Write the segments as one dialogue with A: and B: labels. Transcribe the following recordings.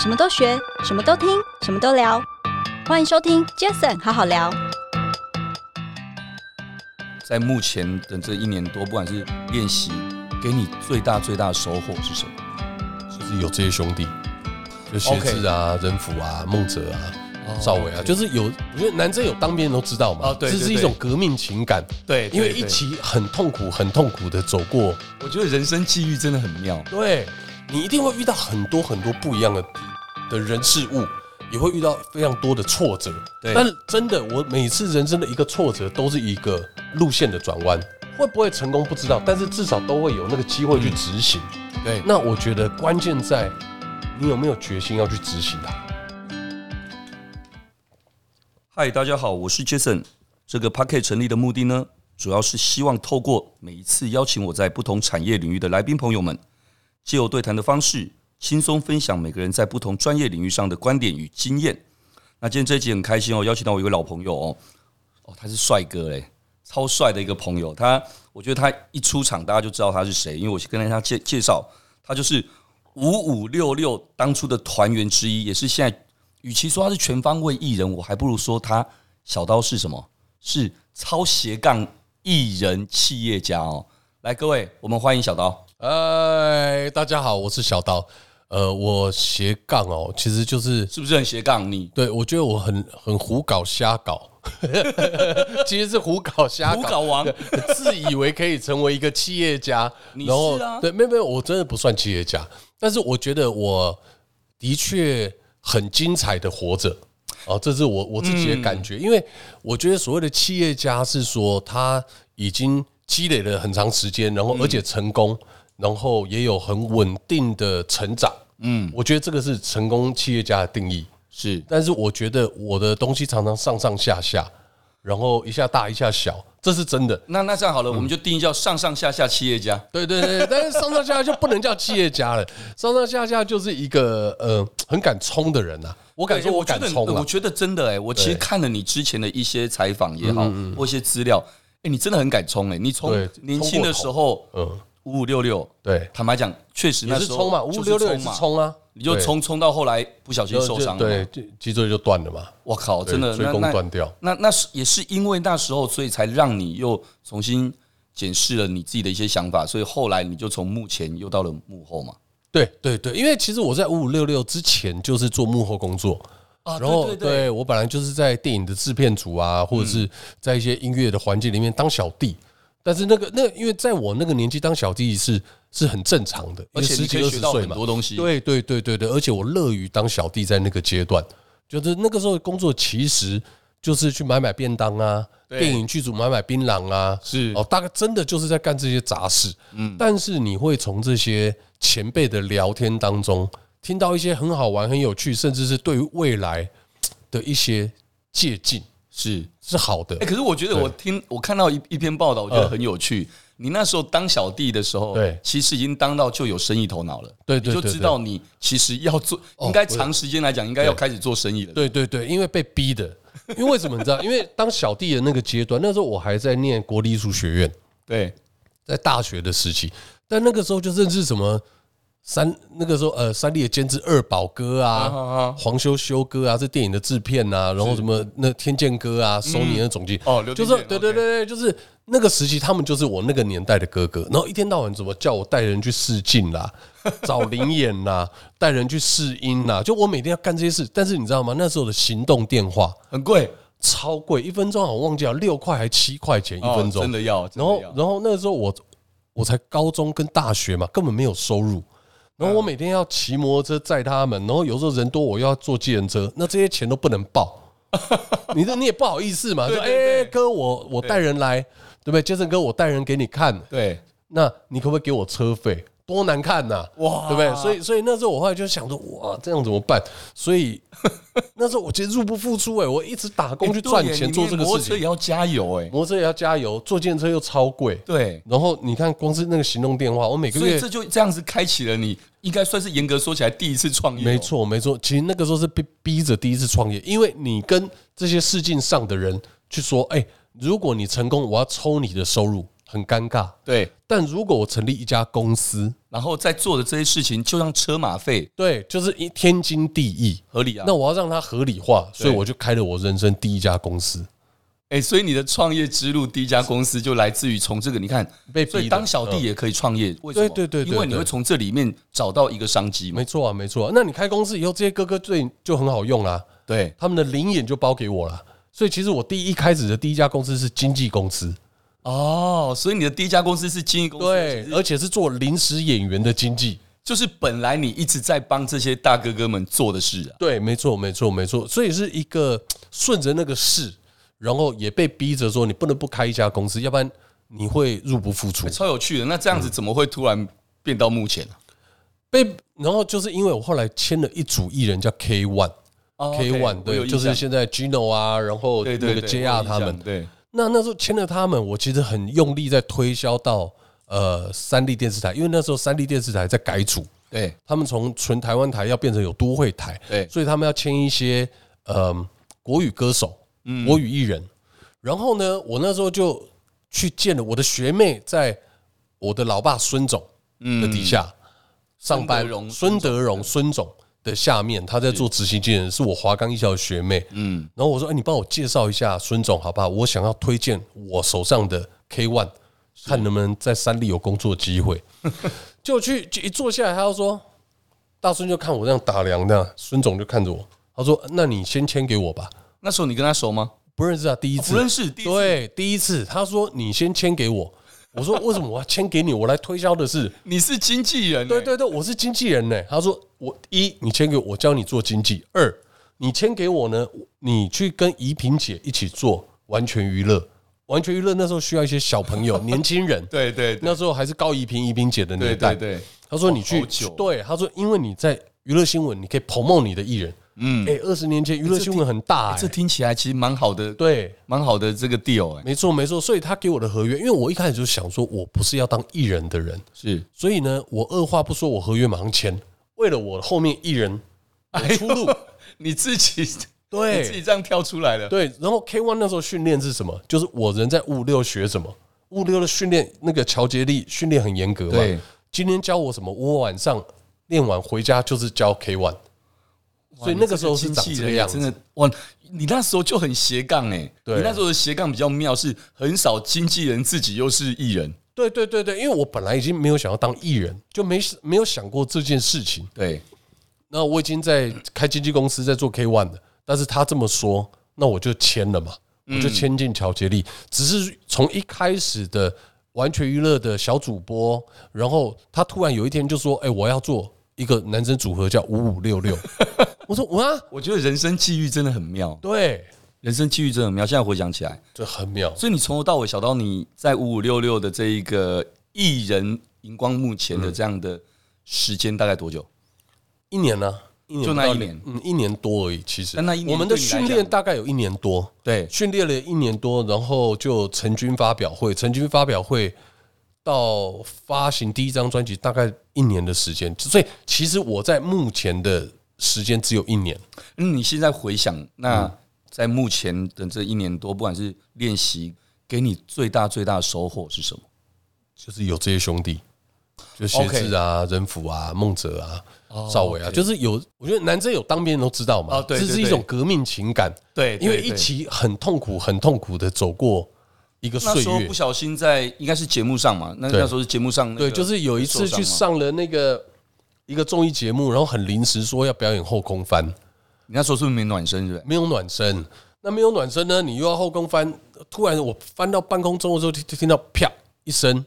A: 什么都学，什么都听，什么都聊。欢迎收听 Jason 好好聊。
B: 在目前的这一年多，不管是练习，给你最大最大的收获是什么？
C: 就是有这些兄弟，就学
B: OK
C: 志啊、仁甫啊、孟哲啊、
B: 哦
C: 赵伟啊，就是有，我觉得男生有当兵人都知道嘛，
B: 哦对
C: 这
B: 对
C: 是一
B: 对
C: 种革命情感，
B: 对
C: 因为一，起很痛苦、很痛苦的走过，
B: 我觉得人生际遇真的很妙。
C: 对你一定会遇到很多很多不一样的的人事物，也会遇到非常多的挫折。
B: 对
C: 但真的，我每次人生的一个挫折都是一个路线的转弯，会不会成功不知道，但是至少都会有那个机会去执行。
B: 对，
C: 那我觉得关键在你有没有决心要去执行它。
B: 嗨，大家好，我是 Jason。这个 Pocket 成立的目的呢，主要是希望透过每一次邀请我在不同产业领域的来宾朋友们，借由对谈的方式，轻松分享每个人在不同专业领域上的观点与经验。那今天这一集很开心哦，邀请到我一个老朋友哦，哦，他是帅哥嘞，超帅的一个朋友。他，我觉得他一出场大家就知道他是谁，因为我去跟大家介介绍，他就是五五六六当初的团员之一，也是现在与其说他是全方位艺人，我还不如说他小刀是什么？是超斜杠艺人企业家哦。来，各位，我们欢迎小刀。
C: 哎，大家好，我是小刀。呃，我斜杠哦，其实就是
B: 是不是很斜杠？你
C: 对我觉得我很很胡搞瞎搞， 其实是胡搞瞎
B: 胡搞王，
C: 自以为可以成为一个企业家，
B: 你
C: 然后
B: 是啊
C: 对，没有没有，我真的不算企业家，但是我觉得我的确很精彩的活着。哦，这是我我自己的感
B: 嗯
C: 觉，因为我觉得所谓的企业家是说他已经积累了很长时间，然后而且成功，
B: 嗯
C: 然后也有很稳定的成长。嗯，我觉得这个是成功企业家的定义。
B: 是
C: 但是我觉得我的东西常常上上下下，然后一下大一下小，这是真的。
B: 那那这样好了，
C: 嗯
B: 我们就定义叫上上下下企业家。
C: 对对对，但是上上下下就不能叫企业家了， 上上下下就是一个呃很敢冲的人呐、我敢说，
B: 欸
C: 我
B: 觉
C: 敢
B: 得
C: 冲
B: 我
C: 了。
B: 觉得真的哎、我其实
C: 对嗯
B: 看了你之前的一些采访也好，或一些资料，哎、你真的很敢冲哎、你从
C: 对
B: 年轻的时候
C: 嗯，
B: 五五六六，
C: 对，
B: 坦白讲，确实
C: 也
B: 那
C: 是
B: 时候
C: 冲嘛，五
B: 就
C: 五
B: 是
C: 六六也是
B: 嘛，
C: 冲啊，
B: 你就
C: 对，
B: 冲冲到后来不小心
C: 就
B: 受伤了嘛，
C: 对，啊就脊椎就断了嘛，
B: 我靠，
C: 对
B: 真的
C: 椎
B: 那
C: 弓
B: 那
C: 断掉。
B: 那那是也是因为那时候，所以才让你又重新检视了你自己的一些想法，所以后来你就从幕前又到了幕后嘛。
C: 对对对，因为其实我在五五六六之前就是做幕后工作，
B: 啊
C: 然后对我本来就是在电影的制片组啊，或者是在一些音乐的环境里面当小弟。但是那个那，因为在我那个年纪当小弟是是很正常的，
B: 而且
C: 因为
B: 你可
C: 十几
B: 以
C: 二
B: 学
C: 十
B: 到
C: 岁
B: 很
C: 嘛，
B: 多东西。，
C: 对对对对对，而且我乐于当小弟，在那个阶段，就是那个时候工作其实就是去买买便当啊，
B: 对
C: 电影剧组买买槟榔啊，
B: 是
C: 哦，大概真的就是在干这些杂事。嗯，但是你会从这些前辈的聊天当中，听到一些很好玩、很有趣，甚至是对于未来的一些借鉴，
B: 是。
C: 是好的
B: 哎、。可是我觉得我听我看到一一篇报道，我觉得很有趣。你那时候当小弟的时候，
C: 嗯对
B: 其实已经当到就有生意头脑了，
C: 对
B: 你
C: 对
B: 就
C: 对
B: 知
C: 对
B: 道你其实要做，
C: 哦
B: 应该
C: 我有
B: 长时间来讲，应该要开始做生意了。
C: 对对对，因为被逼的。因为为什么你知道？因为当小弟的那个阶段，那时候我还在念国立艺术学院，
B: 对，
C: 在大学的时期，但那个时候就认识什么三那个时候呃三立的监制二宝哥啊，
B: 啊
C: 黄修修哥啊，是电影的制片啊，然后什么那天剑哥啊，索尼的总经理，
B: 嗯哦刘
C: 就是
B: 天健
C: 对对对
B: OK
C: 对，就是那个时期，他们就是我那个年代的哥哥，然后一天到晚怎么叫我带人去试镜 啦，找灵眼啦，带人去试音啦，就我每天要干这些事，但是你知道吗？那时候的行动电话
B: 很贵，
C: 超贵，一分钟好像忘记了六块还七块钱一
B: 哦
C: 分钟，
B: 真的要。真的
C: 然后
B: 要，
C: 然后那个时候我我才高中跟大学嘛，根本没有收入。然后我每天要骑摩托车载他们，然后有时候人多，我又要坐计程车，那这些钱都不能 报，你这你也不好意思嘛，说
B: 对对
C: 哎、哥，我我带人来，对不对？杰森哥，我带人给你看，
B: 对，
C: 那你可不可以给我车费？多难看呐、
B: 哇
C: 哇，对不对？所以所以那时候我后来就想说，哇，这样怎么办？所以那时候我其实入不敷出哎、我一直打工去赚钱做这个
B: 摩
C: 事
B: 托车
C: 情
B: 也，要加油哎、
C: 摩托车也要加油，坐计程车又超贵，
B: 对，
C: 然后你看，光是那个行动电话，我每个
B: 所以
C: 月
B: 这就这样子开启了你，应该算是严格说起来第一次创业、哦
C: 没，错没错，其实那个时候是被逼着第一次创业，因为你跟这些试镜上的人去说，哎，如果你成功，我要抽你的收入，很尴尬。
D: 对，
C: 但如果我成立一家公司，
B: 然后在做的这些事情，就像车马费，
C: 对，就是一天经地义。
B: 合理啊。
C: 那我要让它合理化，所以我就开了我人生第一家公司，
B: 哎、所以你的创业之路，第一家公司就来自于从这个。你看，
C: 被
B: 所
C: 逼
B: 以
C: 的
B: 当小弟
C: 嗯
B: 也可以创业，为什么？
C: 对对对对
B: 因为你
C: 对
B: 会从这里面找到一个商机嘛
C: 没。错啊，没错啊。那你开公司以后，这些哥哥对你就很好用啦、啊
B: 对，
C: 他们的灵眼就包给我了。所以其实我第一开始的第一家公司是经纪公司，
B: 哦，所以你的第一家公司是经纪公司，
C: 对，而且是做临时演员的经纪。
B: 就是本来你一直在帮这些大哥哥们做的事啊。
C: 对，没错，没错，没错。所以是一个顺着那个势，然后也被逼着说，你不能不开一家公司，要不然你会入不敷出。
B: 超有趣的，那这样子怎么会突然变到目前、啊
C: 被然后就是因为我后来签了一组艺人叫 K One。
B: 哦
C: K One
B: 我有
C: 对，
B: 印
C: 就是
B: 象
C: 现在 Gino 啊，然后
B: 对
C: 那
B: 对
C: 个
B: 对
C: JR 他
B: 我有印
C: 们
B: 象，对
C: 那那时候签了他们，我其实很用力在推销到呃三立电视台，因为那时候三立电视台在改组，
B: 对
C: 他们从纯台湾台要变成有都会台，
B: 对
C: 所以他们要签一些呃国语歌手、国语艺人。然后呢，我那时候就去见了我的学妹，在我的老爸孙总的底下、上班
B: 孙德荣，
C: 孙德荣孙总的下面，他在做执行经理人，是我华冈艺校的学妹。嗯，然后我说，哎、你帮我介绍一下孙总好不好？我想要推荐我手上的 K One，看能不能在山里有工作机会。就去就一坐下来，他就说，大孙就看我这样打量的，孙总就看着我，他说，那你先签给我吧。
B: 那时候你跟他熟吗？
C: 不认识啊，第一次、
B: 哦不认识第一次
C: 对，第一次他说你先签给我，我说为什么我要签给你？我来推销的 是，
B: 你是经纪人、欸
C: 对，啊对对，我是经纪人呢、他说我一你签给我，我教你做经纪；二你签给我呢，你去跟怡萍姐一起做完全娱乐。完全娱乐那时候需要一些小 朋友、年轻人，
B: 对对对
C: 那时候还是高怡萍、怡萍姐的
B: 对
C: 年代。
B: 对对，
C: 他说你
B: 哦
C: 去
B: 好久哦
C: 对，他说因为你在娱乐新闻，你可以 promote 你的艺人。嗯，哎，二十年前娱乐新闻很大、哎
B: 这听起来其实蛮好的，
C: 对，
B: 蛮好的这个 deal 哎、
C: 没错没错，所以他给我的合约，因为我一开始就想说我不是要当艺人的人，
B: 是
C: 所以呢，我二话不说，我合约马上签，为了我后面艺人
B: 哎
C: 有出 路。
B: 你自己
C: 对
B: 你自己这样跳出来了，
C: 对，然后 K One 那时候训练是什么？就是我人在五六学什么？五六的训练，那个乔杰利训练很严格
B: 对
C: 嘛。今天教我什么？我晚上练完回家就是教 K One，
B: 哇
C: 所以
B: 你
C: 那个时候
B: 这
C: 是
B: 经
C: 长
B: 纪
C: 这
B: 人
C: 个
B: 也
C: 样
B: 真
C: 子。
B: 的哇，你那时候就很斜杠哎、
C: 对
B: 你那时候的斜杠比较妙，是很少经纪人自己又是艺人，
C: 对对对对，因为我本来已经没有想要当艺人，就没没有想过这件事情。
B: 对，
C: 那我已经在开经纪公司，在做 K One 的，但是他这么说，那我就签了嘛，我就签进乔杰利。只是从一开始的完全娱乐的小主播，然后他突然有一天就说：“哎、我要做一个男生组合，叫五五六六。”我说：“哇，
B: 我觉得人生际遇真的很妙，
C: 对，
B: 人生际遇真的很妙，现在回想起来。
C: 这很妙。
B: 所以你从头到尾小到你在五五六六的这一个艺人荧光幕前的这样的时间大概多久？
C: 一年呢、一年
B: 就
C: 不
B: 那
C: 到
B: 一年
C: 嗯，一年多而已。其实，
B: 但那一年
C: 我们的
B: 对你来
C: 训
B: 讲
C: 练大概有一年多，
B: 对，
C: 训练了一年多，然后就成军发表会，成军发表会到发行第一张专辑大概一年的时间，所以其实我在目前的时间只有一年。
B: 嗯，你现在回想，那
C: 嗯
B: 在目前的这一年多，不管是练习，给你最大最大的收获是什么？
C: 就是有这些兄弟，就谢志啊、仁甫啊、孟哲啊、赵伟啊，就是有，我觉得男生有当兵人都知道嘛，
B: 哦对
C: 这
B: 对
C: 是一
B: 对
C: 种革命情感，
B: 对
C: 因为一起很痛苦、很痛苦的走过一个
B: 那
C: 岁
B: 时候
C: 月
B: 不。小心在应该是节目上嘛，那
C: 对
B: 那时候是节目上那个、
C: 对，就是有一次去
B: 受伤嘛，
C: 上了那个一个综艺节目，然后很临时说要表演后空翻，
B: 你那时候是不是没暖身？是不是？
C: 没有暖身。那没有暖身呢，你又要后空翻。突然我翻到半空中的时候，听听到啪一声，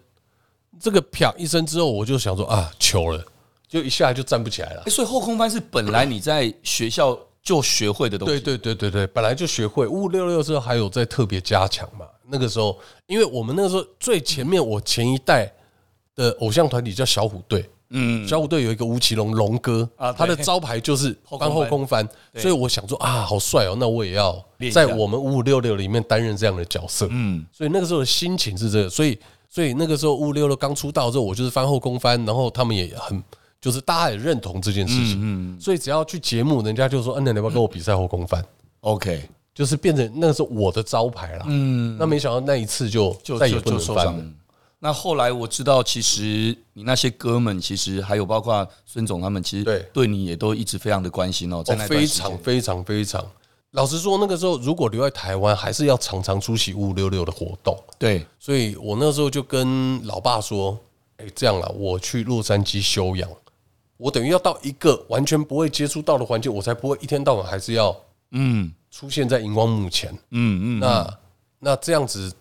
C: 这个啪一声之后，我就想说啊，糗了，就一下就站不起来了
B: 哎、。所以后空翻是本来你在学校就学会的东
C: 对
B: 西，
C: 对对对对，本来就学会五五六六之后还有在特别加强嘛。那个时候，因为我们那个时候最前面，我前一代的偶像团体叫小虎队，
B: 嗯，
C: 小虎队有一个吴奇隆龙哥
B: 啊对
C: 他的招牌就是
B: 后空翻
C: 翻后空翻，
B: 对
C: 所以我想说啊，好帅哦，那我也要
B: 练一下
C: 在我们五五六六里面担任这样的角色，
B: 嗯
C: 嗯，所以那个时候的心情是这个，所以所以那个时候五五六六刚出道之后，我就是翻后空翻，然后他们也很就是大家也认同这件事情，
B: 嗯
C: 所以只要去节目，人家就说，嗯、啊，那你要不要跟我比赛后空翻？
B: ，OK，
C: 就是变成那个是我的招牌啦，嗯，那没想到那一次就
B: 就
C: 再也
B: 就
C: 不能
B: 就受
C: 翻
B: 伤
C: 了哦
B: 了，。那后来我知道，其实你那些哥们，其实还有包括孙总他们，其实
C: 对
B: 对你也都一直非常的关心哦，在
C: 哦
B: 那，段
C: 非
B: 时间
C: 常非常非常。老实说，那个时候如果留在台湾，还是要常常出席五五六六的活动。
B: 对
C: 所以我那时候就跟老爸说：“哎、这样啦，我去洛杉矶休养，我等于要到一个完全不会接触到的环境，我才不会一天到晚还是要
B: 嗯
C: 出现在荧光幕前。
B: 嗯嗯，
C: 那那这样子，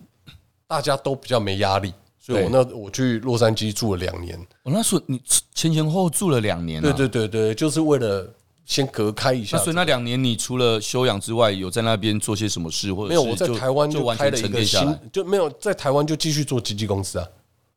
C: 大家都比较没压力。所以我那我去洛杉矶住了两年，
B: 我哦那时候你前前后后住了两年、啊，
C: 对对对对，就是为了先隔开一下
B: 那。所以那两年你除了休养之外，有在那边做些什么事，或者
C: 没有，
B: 是
C: 我在
B: 就
C: 台湾
B: 就
C: 就
B: 完
C: 开
B: 全
C: 了一
B: 沉
C: 个
B: 淀下
C: 新
B: 来。，
C: 就没有在台湾就继续做经纪公司啊。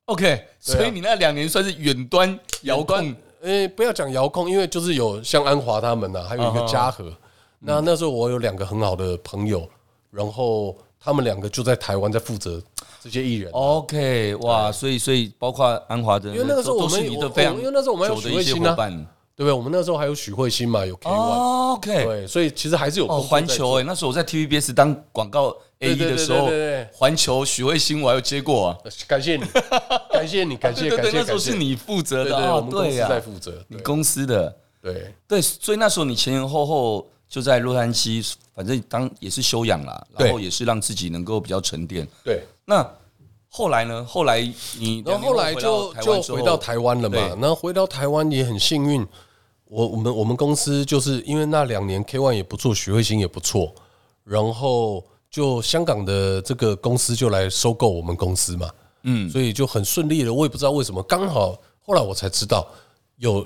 B: OK，所以你那两年算是远端遥控，
C: 诶、不要讲遥控，因为就是有像安华他们呐、啊还
B: 啊
C: 有一个嘉禾。
B: 嗯
C: 那那时候我有两个很好的朋友，然后他们两个就在台湾在负责这些艺人。
B: 哦 OK，哇，所以所以包括安华的，
C: 因为那个时候
B: 都
C: 我
B: 都
C: 们
B: 是你
C: 有
B: 的非常
C: 因为那时候我们有
B: 久的
C: 许
B: 一
C: 慧
B: 些
C: 欣啊
B: 伙伴。
C: 对不对？我们那时候还有许慧欣嘛，有 K One，、
B: 哦 OK，
C: 对，所以其实还是有
B: 哦，
C: 工作
B: 环
C: 在
B: 球哎、那时候我在 TVBS 当广告 A E
C: 对对
B: 的时候
C: 对对对对，
B: 环球许慧欣我还有接过啊，
C: 做，感谢你，感谢你，感谢
B: 对
C: 感
B: 对，
C: 谢，
B: 那时候
C: 感谢
B: 是你负责
C: 对
B: 的
C: 对，我
B: 哦，
C: 们公
B: 对
C: 司
B: 呀、
C: 在负责，
B: 你公司的
C: 对
B: 对，所以那时候你前前后后就在洛杉矶，反正当也是休养啦，
C: 对
B: 然后也是让自己能够比较沉淀。
C: 对。
B: 那后来呢？后来你
C: 然后后来就就回到台湾了嘛
B: 对，
C: 然后回到台湾也很幸运，我我们我们公司就是因为那两年 K One 也不错，许慧欣也不错，然后就香港的这个公司就来收购我们公司嘛，嗯，所以就很顺利了。我也不知道为什么，刚好后来我才知道有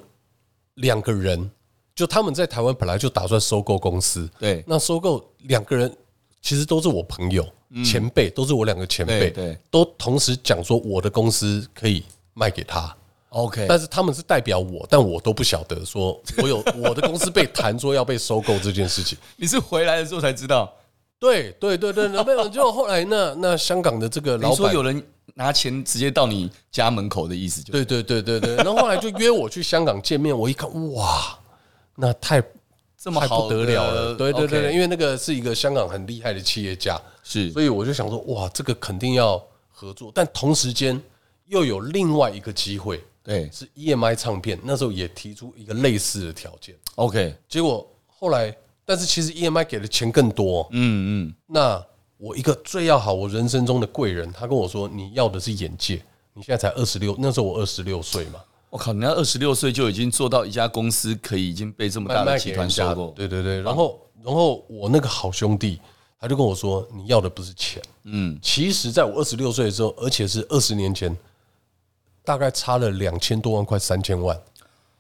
C: 两个人，就他们在台湾本来就打算收购公司，
B: 对
C: 那收购两个人其实都是我朋友、前辈，都是我两个前辈，
B: 嗯对对
C: 都同时讲说我的公司可以卖给他，
B: OK，
C: 但是他们是代表我，但我都不晓得说我 有我的公司被谈说要被收购这件事情。
B: 你是回来的时候才知道，
C: 对对对对，没有，就后来那那香港的这个
B: 你
C: 老
B: 说
C: 板
B: 有。人拿钱直接到你家门口的意思，就
C: 对对对对对，然后后来就约我去香港见面，我一看，哇，那太
B: 这么
C: 太
B: 好
C: 不得了了，
B: 的
C: 对对对对，
B: OK
C: 因为那个是一个香港很厉害的企业家，
B: 是
C: 所以我就想说，哇，这个肯定要合作，但同时间又有另外一个机会
B: 对
C: 是 EMI 唱片，那时候也提出一个类似的条件，
B: OK，
C: 结果后来，但是其实 EMI 给的钱更多，
B: 嗯嗯，
C: 那我一个最要好我人生中的贵人，他跟我说，你要的是眼界，你现在才二十六，那时候我二十六岁嘛，
B: 我靠，你那二十六岁就已经做到一家公司可以已经被这么大
C: 卖卖
B: 的
C: 给
B: 集
C: 人
B: 团
C: 家
B: 收
C: 的
B: 购，
C: 对对对，然后然后我那个好兄弟他就跟我说，你要的不是钱，嗯，其实在我二十六岁的时候，而且是二十年前，大概差了两千多万块三千万，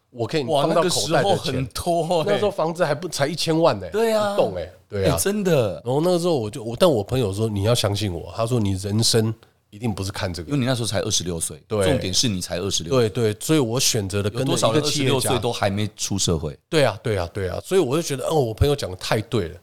C: 我可以
B: 哇，
C: 放
B: 那
C: 到
B: 个
C: 口
B: 时
C: 袋
B: 候
C: 的
B: 很
C: 钱。
B: 多、欸，
C: 那时候房子还不才一千万呢、
B: 对啊
C: 一栋哎，对啊
B: 欸，真的，
C: 然后那个时候我就我，但我朋友说你要相信我，他说你人生一定不是看这
B: 因
C: 个
B: 为，你那时候才二十六岁，
C: 对
B: 重点是你才二十六，
C: 对对，所以我选择了
B: 有
C: 跟着
B: 多少
C: 一
B: 人
C: 个
B: 二
C: 企
B: 十
C: 业
B: 六
C: 家
B: 岁都还没出社会？
C: 对啊，对啊，对啊，所以我就觉得，哦，我朋友讲的太对了，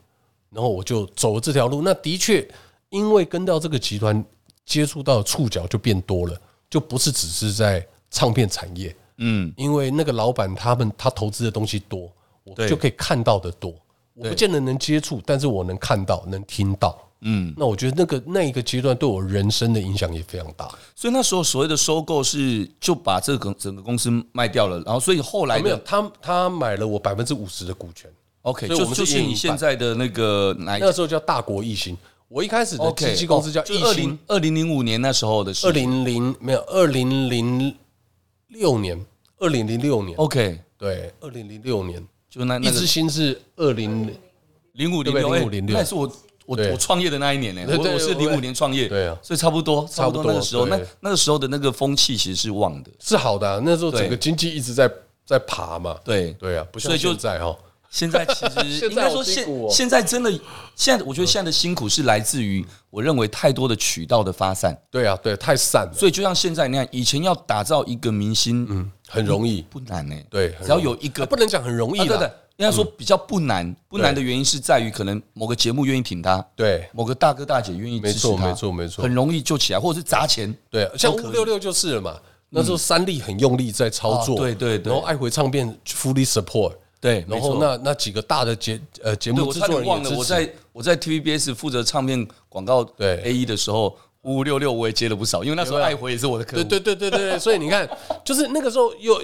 C: 然后我就走了这条路。那的确，因为跟到这个集团接触到的触角就变多了，就不是只是在唱片产业，
B: 嗯，
C: 因为那个老板他们他投资的东西多，我
B: 对
C: 就可以看到的多。我不
B: 对
C: 见得能接触，但是我能看到，能听到。
B: 嗯，
C: 那我觉得那个那一个阶段对我人生的影响也非常大。
B: 所以那时候所谓的收购是就把这个整个公司卖掉了，然后所以后来
C: 啊没有
B: 的
C: 他，他买了我百分之五十的股权。
B: OK
C: 所以我
B: 就
C: 们是
B: 就是
C: 运营
B: 你现在的那个哪一
C: 那时候叫大国一星，我一开始的
B: 哎 OK 哦
C: 经纪公司叫
B: 就
C: 一
B: 二
C: 星
B: 零，二零零五年那时候的事
C: 二零零没有二零零六年，二零零六年，
B: OK，
C: 对，二零零六年，
B: 就哦那
C: 一
B: 那个
C: 之星是二零，
B: 零五
C: 对
B: 零
C: 不对
B: 六哎
C: 0506
B: 那也是我我
C: 对
B: 我创业的那一年呢、
C: 对
B: 我
C: 对
B: 我是
C: 我也
B: 零五年创业，
C: 对啊
B: 所以差不多差
C: 差
B: 不
C: 不多
B: 多那个时候，那
C: 对
B: 那个时候的那个风气其实是旺的，
C: 是好的啊、那时候整个
B: 对
C: 经济一直在在爬嘛，
B: 对。
C: 对啊，不像
B: 所以就
C: 现在哦，
B: 现在其 实
C: 现
B: 应
C: 在
B: 该
C: 好
B: 说
C: 辛
B: 现
C: 苦哦
B: 现在真的，现在我觉得现在的辛苦是来自于我认为太多的渠道的发散，
C: 对啊，对，太散了，
B: 所以就像现在那样，以前要打造一个明星，嗯，
C: 很容易，
B: 不难呢、
C: 对，嗯很
B: 只要
C: 容易
B: 有一个
C: 啊不能讲很容易
B: 啊对对
C: 的，，
B: 应该说比较不难，不难的原因是在于可能某个节目愿意挺他，
C: 对
B: 某个大哥大姐愿意支持
C: 没错
B: 他，
C: 没错没错
B: 很容易就起来，或者是砸钱，
C: 对啊，像
B: 都
C: 五
B: 可以
C: 六六就是了嘛，那时候三立很用力在操作，
B: 哦对对对
C: 然后爱回唱片 fully support，
B: 对，
C: 然
B: 没
C: 后
B: 错。
C: 那那几个大的节呃节
B: 对
C: 目
B: 我
C: 制
B: 差
C: 作
B: 点
C: 人也
B: 忘了，
C: 支
B: 我
C: 持
B: 在我在 TVBS 负责唱片广告
C: 对
B: A E 的时候，五五六六我也接了不少，因为那时候
C: 有没
B: 爱
C: 有
B: 回也是我的客户。
C: 对对对对对对，所以你 看，就是那个时候又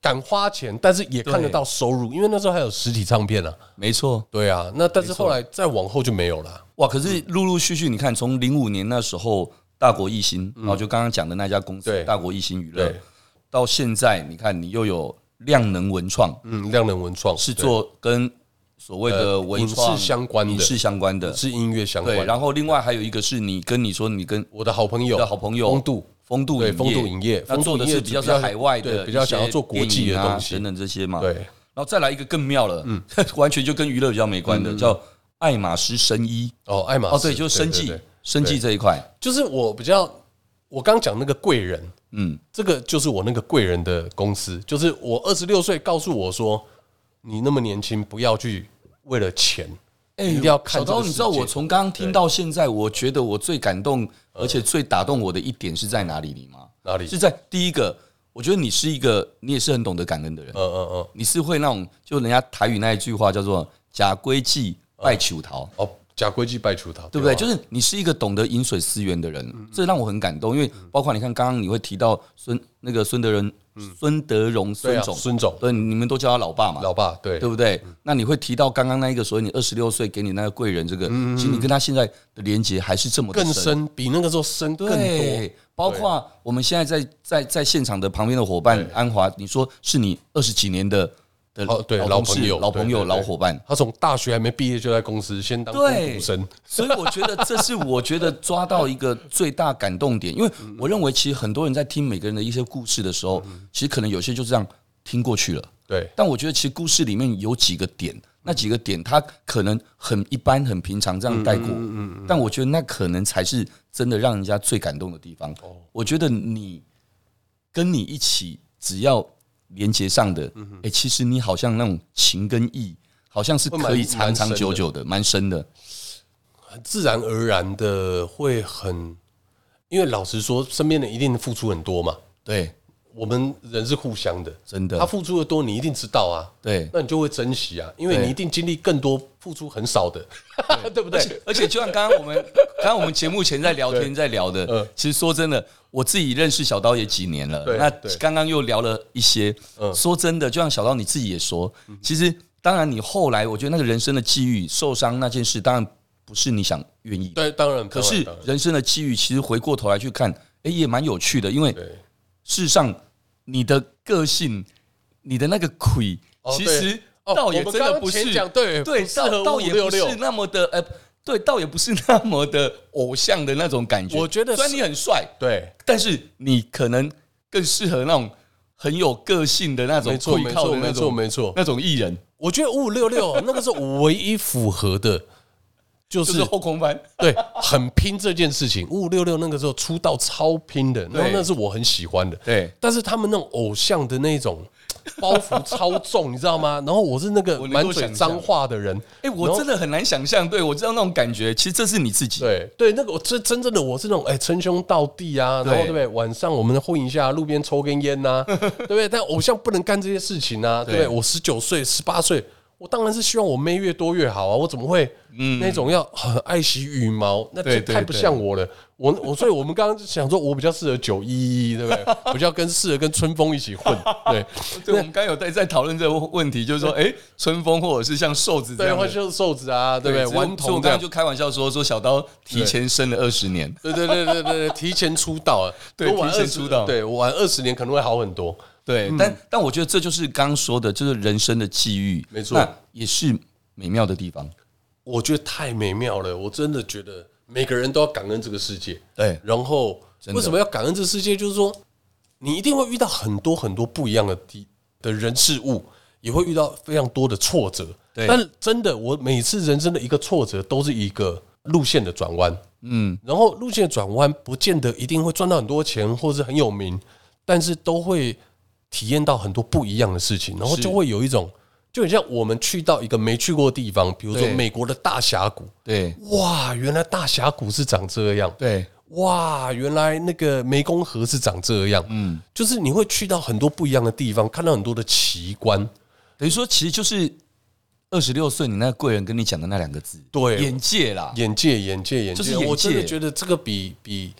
C: 敢花钱，但是也看得到收入，因为那时候还有实体唱片啊。
B: 没错。
C: 对啊，那但是后来再往后就没有了。
B: 哇，可
C: 嗯
B: 是陆陆续续，你看从零五年那时候大国一星，然后就刚刚讲的那家公司
C: 嗯对
B: 大国一星娱乐
C: 对，
B: 到现在你看你又有量能文创，
C: 嗯，量能文创
B: 是做跟所谓的
C: 呃
B: 文创
C: 影视相关的
B: 影视相关的
C: 对。是音乐相关
B: 对，
C: 的。
B: 然后另外还有一个是你跟你说你跟
C: 我的好朋
B: 你
C: 友，
B: 的好朋友
C: 风度，
B: 风度
C: 对
B: 影
C: 风度影业
B: 那
C: 风
B: 做的
C: 度影业
B: 是
C: 比
B: 比较是
C: 较
B: 海外的，
C: 对比较想要做国际的
B: 一些电影啊
C: 东西
B: 等等这些嘛。
C: 对
B: 然后再来一个更妙了，嗯， 完全就跟娱乐比较没关
C: 嗯
B: 的，叫爱马仕生衣。
C: 哦，爱马仕
B: 哦，对，就是生
C: 对
B: 计
C: 对对，
B: 生计这一块，
C: 就是我比较，我刚讲那个贵人，
B: 嗯，
C: 这个就是我那个贵人的公司，就是我二十六岁告诉我说，你那么年轻，不要去为了钱，
B: 哎
C: 一定要看
B: 小
C: 这个
B: 高，你知道
C: 世界
B: 我从刚刚听到现在，我觉得我最感动，
C: 呃
B: 而且最打动我的一点是在哪里，你吗？
C: 哪里？
B: 是在第一个，我觉得你是一个，你也是很懂得感恩的人，
C: 嗯嗯嗯，
B: 你是会那种，就人家台语那一句话叫做“假归计拜求桃”，
C: 哦，假规矩拜除他，
B: 对不对？
C: 吧
B: 就是你是一个懂得饮水思源的
C: 嗯
B: 人，这让我很感动。因为包括你看，刚刚你会提到孙那个孙德仁、孙德荣、
C: 嗯对
B: 孙
C: 啊
B: 总，
C: 孙总，
B: 对，你们都叫他老爸嘛，
C: 老爸，对嗯
B: 对不对？那你会提到刚刚那一个，所以你二十六岁给你那个贵人，这个其实你跟他现在的连接还是这么的
C: 嗯更深，比那个时候深更多。
B: 对，包括我们现在在在在现场的旁边的伙伴安华，你说是你二十几年的的
C: 哦对
B: 老同事
C: 老朋友
B: 老朋友、
C: 对对对
B: 老伙伴，
C: 他从大学还没毕业就在公司先当
B: 对
C: 工读生，
B: 所以我觉得这是我觉得抓到一个最大感动点，因为我认为其实很多人在听每个人的一些故事的时候，
C: 嗯
B: 其实可能有些就这样听过去了，
C: 对
B: 但我觉得其实故事里面有几个点，那几个点它可能很一般、很平常这样带过，
C: 嗯
B: 但我觉得那可能才是真的让人家最感动的地方。
C: 哦
B: 我觉得你跟你一起，只要连接上的，
C: 嗯
B: 哎，其实你好像那种情跟义，好像是
C: 会蛮
B: 可以长
C: 蛮
B: 长
C: 深的
B: 久久的，蛮深的。
C: 自然而然的会很，因为老实说，身边人一定付出很多嘛。
B: 对，
C: 我们人是互相的，
B: 真的
C: 他付出的多，你一定知道啊，
B: 对。
C: 那你就会珍惜啊，因为
B: 对
C: 你一定经历更多付出很少的， 对不对？
B: 而且就像刚刚 我们刚刚我们节目前在聊天在聊的
C: 嗯，
B: 其实说真的，我自己认识小刀也几年了，
C: 对
B: 那
C: 对嗯
B: 刚刚又聊了一些。说真的，就像小刀你自己也说，其实当然你后来，我觉得那个人生的际遇、受伤那件事，当然不是你想愿意的。
C: 对，当然。
B: 可
C: 当然
B: 是
C: 当然
B: 人生的际遇，其实回过头来去看，哎，也蛮有趣的，因为
C: 对，
B: 事实上你的个性、你的那个鬼，
C: 哦
B: 其
C: 对
B: 实
C: 哦
B: 倒也
C: 我们
B: 真
C: 刚
B: 的
C: 刚
B: 不
C: 前
B: 是
C: 讲对
B: 对，
C: 不适合
B: 倒倒也不
C: 566
B: 是那么的呃，对，倒也不是那么的偶像的那种感觉。
C: 我觉得
B: 虽然
C: 是
B: 你很帅，
C: 对，
B: 但是你可能更适合那种很有个性的那种
C: 没错，
B: 跪
C: 没
B: 靠
C: 错，
B: 的那
C: 没错，
B: 种
C: 没错。
B: 那种艺人，
C: 我觉得五五六 六那个时候我唯一符合的，就
B: 就是是后空翻。
C: 对，很拼这件事情。五五六六那个时候出道超拼的，然后
B: 对
C: 那是我很喜欢的。
B: 对，
C: 但是他们那种偶像的那种包袱超重，你知道吗？然后我是那个
B: 我能
C: 满
B: 够
C: 嘴
B: 想象
C: 脏话的人，
B: 哎，
C: 然
B: 我
C: 后
B: 真的很难想象，对我知道那种感觉，其实这是你自己。
C: 对对，那个我真真正的我是那种哎称兄道弟啊，然后
B: 对
C: 对不对？晚上我们混一下，路边抽根 烟呐、对不对？但偶像不能干这些事情啊，对不对？
B: 对
C: 我十九岁、十八岁，我当然是希望我妹越多越好啊，我怎么会那种要很爱惜羽毛？那
B: 嗯对
C: 这
B: 对
C: 太不
B: 对
C: 像我了。我我所以我们刚刚就想说，我比较适合九一一，对不对？ 我比较跟适合跟春风一起混，对
B: 对，我们刚刚有在在讨论这个问题，就是说，哎，春风或者是像瘦子这
C: 对，
B: 样
C: 或
B: 的，
C: 者就是瘦子啊，对不对？
B: 所以我
C: 顽
B: 所以我
C: 童这
B: 刚
C: 样
B: 刚，就开玩笑说，说小刀提前生了二十年。
C: 对对对对对，对提前出道啊，
B: 对
C: 多晚
B: 提前
C: 20
B: 出道
C: 对我晚二十年可能会好很多。
B: 对，
C: 嗯
B: 但但我觉得这就是刚刚说的，就是人生的际遇，
C: 没错
B: 那也是美妙的地方。
C: 我觉得太美妙了，我真的觉得每个人都要感恩这个世界。
B: 对
C: 然后
B: 真的
C: 为什么要感恩这个世界？就是说，你一定会遇到很多很多不一样的地的人事物，也会遇到非常多的挫折。
B: 对
C: 但真的，我每次人生的一个挫折都是一个路线的转弯。
B: 嗯，
C: 然后路线转弯不见得一定会赚到很多钱，或是很有名，但是都会体验到很多不一样的事情，然后
B: 是
C: 就会有一种，就很像我们去到一个没去过的地方，比如说
B: 对
C: 美国的大峡谷，
B: 对
C: 哇，原来大峡谷是长这样，
B: 对
C: 哇，原来那个湄公河是长这样，嗯，就是你会去到很多不一样的地方，看到很多的奇观，
B: 等于说其实就是二十六岁，你那个贵人跟你讲的那两个字，
C: 对
B: 眼界啦，
C: 眼界，眼界，
B: 啊
C: 眼界，
B: 就是眼界
C: 我真的觉得这个比比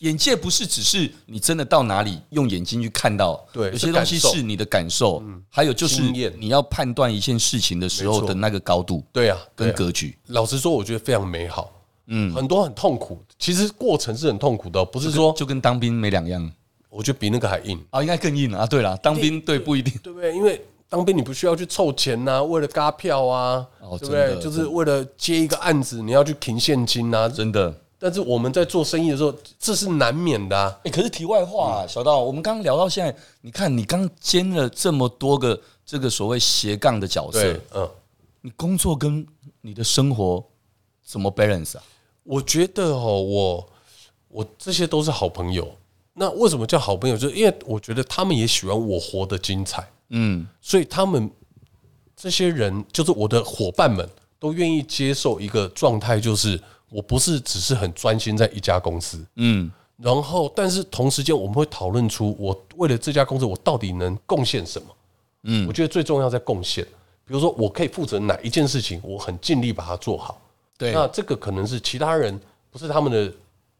B: 眼界不是只是你真的到哪里用眼睛去看到，
C: 对
B: 有些东西
C: 是感受嗯
B: 是你的感受，还有就是
C: 经验
B: 你要判断一件事情的时候
C: 没错
B: 的那个高度
C: 对啊，对
B: 跟
C: 啊
B: 格局。
C: 老实说，我觉得非常美好。
B: 嗯
C: 嗯，很多很痛苦，其实过程是很痛苦的哦，不是说
B: 就跟当兵没两样
C: 我觉得比那个还硬，
B: 啊，应该更硬啊。对啦，当兵对不一定
C: 对不对？因为当兵你不需要去凑钱呐、为了嘎票啊，
B: 哦
C: 对不
B: 真
C: 对？
B: 的
C: 就是为了接一个案子，你要去停现金呐、
B: 真的。
C: 但是我们在做生意的时候，这是难免的、啊。
B: 哎，可是题外话啊，小道，我们刚刚聊到现在，你看你刚兼了这么多个这个所谓斜杠的角色
C: 对，，嗯，
B: 你工作跟你的生活怎么 balance 啊？
C: 我觉得哦，我我这些都是好朋友。那为什么叫好朋友？就是因为我觉得他们也喜欢我活得精彩。
B: 嗯，
C: 所以他们这些人，就是我的伙伴们，都愿意接受一个状态，就是我不是只是很专心在一家公司，
B: 嗯，
C: 然后但是同时间我们会讨论出我为了这家公司我到底能贡献什么。嗯，我觉得最重要在贡献，比如说我可以负责哪一件事情，我很尽力把它做好。
B: 对，啊
C: 那这个可能是其他人不是他们的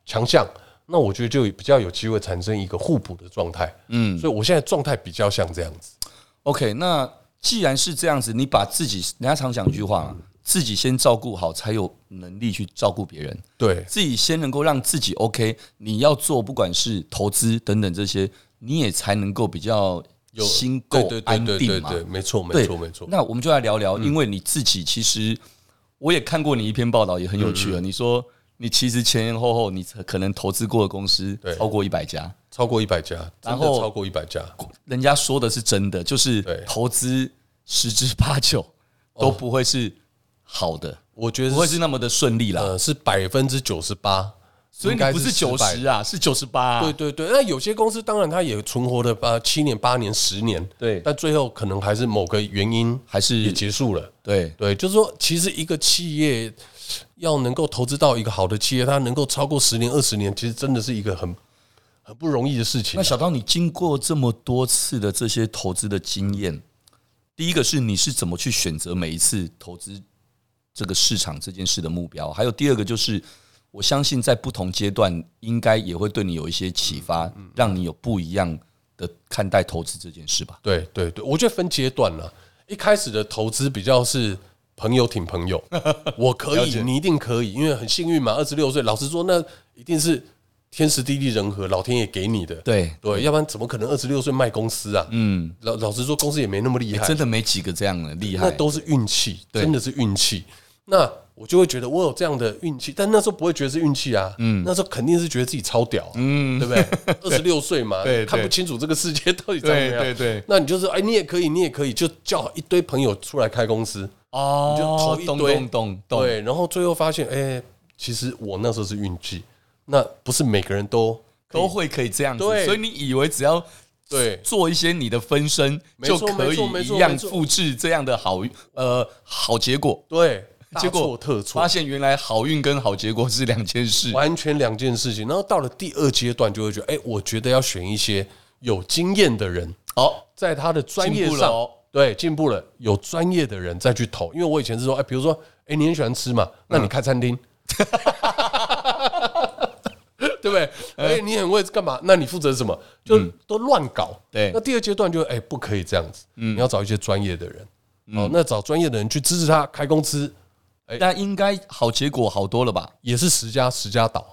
C: 强项，那我觉得就比较有机会产生一个互补的状态。嗯，所以我现在状态比较像这样子。
B: OK，那既然是这样子，你把自己，人家常讲一句话嘛，自己先照顾好，才有能力去照顾别人。
C: 对，
B: 自己先能够让自己 OK，你要做不管是投资等等这些，你也才能够比较
C: 有
B: 心够
C: 对对
B: 安
C: 对
B: 定
C: 对
B: 嘛。
C: 对，没错没
B: 对
C: 错没错。嗯
B: 那我们就来聊聊，因为你自己其实我也看过你一篇报道，也很有趣
C: 嗯
B: 啊。你说你其实前前后后你可能投资过的公司
C: 对
B: 超过一百家，
C: 超过一百家，
B: 然
C: 真
B: 后
C: 的超过一百家，
B: 人家说的是真的，就是
C: 对
B: 投资十之八九都不会是好的，
C: 我觉
B: 不
C: 得
B: 会
C: 是
B: 是那么的顺利啦。
C: 呃是百分之九十八，
B: 所以
C: 应
B: 你
C: 该
B: 不是九
C: 失败
B: 十啊，是九十八。
C: 对对对，那有些公司当然它也存活了八七年、八年、十年，
B: 对
C: 但最后可能还是某个原因
B: 还是
C: 也结束了。
B: 对
C: 对，就是说，其实一个企业要能够投资到一个好的企业，它能够超过十年、二十年，其实真的是一个很很不容易的事情
B: 那。
C: 啊
B: 小刀，你经过这么多次的这些投资的经验，第一个是你是怎么去选择每一次投资这个市场这件事的目标？还有第二个就是，我相信在不同阶段应该也会对你有一些启发，让你有不一样的看待投资这件事吧。
C: 对对对，我觉得分阶段啦。一开始的投资比较是朋友挺 朋友，我可以，你一定可以，因为很幸运嘛，二十六岁。老实说，那一定是天时地利人和，老天爷给你的。
B: 对，
C: 对，要不然怎么可能二十六岁卖公司啊？嗯，老老实说，公司也没那么厉害，啊
B: 真的没几个这样的厉
C: 那
B: 害。
C: 都是运气，
B: 对
C: 真的是运气。那我就会觉得我有这样的运气，但那时候不会觉得是运气啊，嗯，那时候肯定是觉得自己超屌、嗯，对不对？二十六岁 嘛，
B: 对对
C: 看不清楚这个世界到底怎么样，
B: 对对对
C: 那你就是哎，你也可以，你也可以，就叫一堆朋友出来开公司，
B: 哦
C: 就投一
B: 懂
C: 堆
B: 懂懂懂。
C: 对，然后最后发现，哎，其实我那时候是运气，那不是每个人都
B: 都会可以这样子，
C: 对
B: 所以你以为只要
C: 对
B: 做一些你的分身，
C: 没
B: 就
C: 错
B: 可
C: 没错没
B: 以
C: 错
B: 一样
C: 没错
B: 复制这样的好呃好结果。
C: 对，大
B: 结果
C: 错特错
B: 发，现原来好运跟好结果是两件事。
C: 完全两件事情。然后到了第二阶段，就会觉得，哎、我觉得要选一些有经验的人，
B: 好，
C: 在他的专业
B: 进步了
C: 上，
B: 哦
C: 对进步了，有专业的人再去投。因为我以前是说，哎、比如说，哎、你很喜欢吃嘛，
B: 嗯
C: 那你开 餐厅。对不对？哎、
B: 嗯
C: 你很会干嘛？那你负责什么？就都乱搞。
B: 对嗯
C: 那第二阶段就哎、不可以这样子。你要找一些专业的人。哦，那找专业的人去支持他开公司，哎
B: 那应该好结果好多了吧？
C: 也是十家十家倒。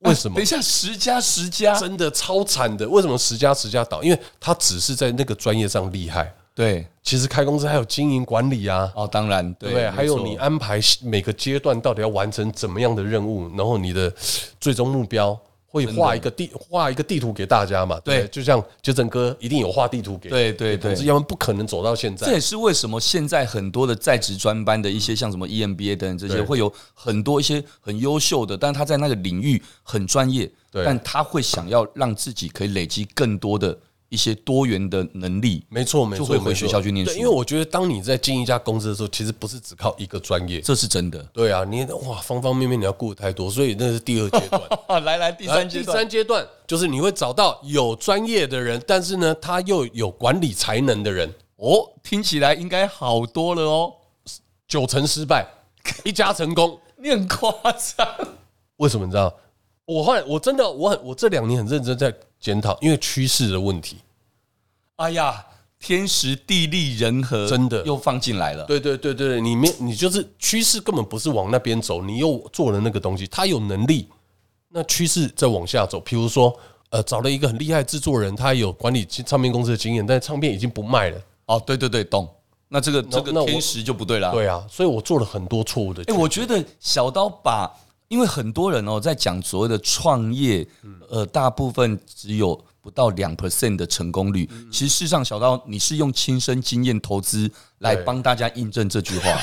C: 为什么？
B: 等一下，哎十加十加，
C: 真的超惨的。为什么十家十家倒？因为他只是在那个专业上厉害，
B: 对，
C: 其实开公司还有经营管理啊，
B: 哦，当然，
C: 对
B: 对
C: 不对？还有
B: 没错
C: 你安排每个阶段到底要完成怎么样的任务，然后你的最终目标会画一个地画一个地图给大家嘛？对不对，
B: 对
C: 就像杰森哥一定有画地图给，
B: 对对对
C: 总之要不然不可能走到现
B: 这
C: 在。
B: 也是为什么现在很多的在职专班的一些像什么 E EMBA 等等这些，
C: 对
B: 会有很多一些很优秀的，但他在那个领域很专业，
C: 对
B: 但他会想要让自己可以累积更多的一些多元的能力。
C: 没错，没错，
B: 就会回
C: 没错
B: 学校去念
C: 对
B: 书
C: 因为我觉得，当你在进一家公司的时候，其实不是只靠一个专业。。
B: 这是真的
C: 对啊，你哇，方方面面你要顾得太多，所以那是第二阶 段。
B: 来来，第
C: 然后第三阶段就是你会找到有专业的人，但是呢，他又有管理才能的人。
B: 哦，听起来应该好多了哦。
C: 九成失败，一家成功。
B: 你很夸张，啊
C: 为什么你知道？我后来我真的我很我这两年很认真在检讨，因为趋势的问题。
B: 哎呀，天时地利人和，
C: 真的
B: 又放进来了。
C: 对对对对，你没你就是趋势根本不是往那边走，你又做了那个东西，他有能力，那趋势再往下走。譬如说，呃，找了一个很厉害的制作人，他有管理唱片公司的经验，但是唱片已经不卖了。
B: 哦，对对对，懂。那这个这
C: 那
B: 个
C: 我
B: 天时就不对了。
C: 对啊，所以我做了很多错误的 决
B: 哎、
C: 定。
B: 我觉得小刀把，因为很多人哦在讲所谓的创业，
C: 嗯
B: 呃，大部分只有不到两 percent 的成功率。
C: 嗯
B: 其实事实上，小刀你是用亲身经验投资来
C: 对
B: 帮大家印证这 句话。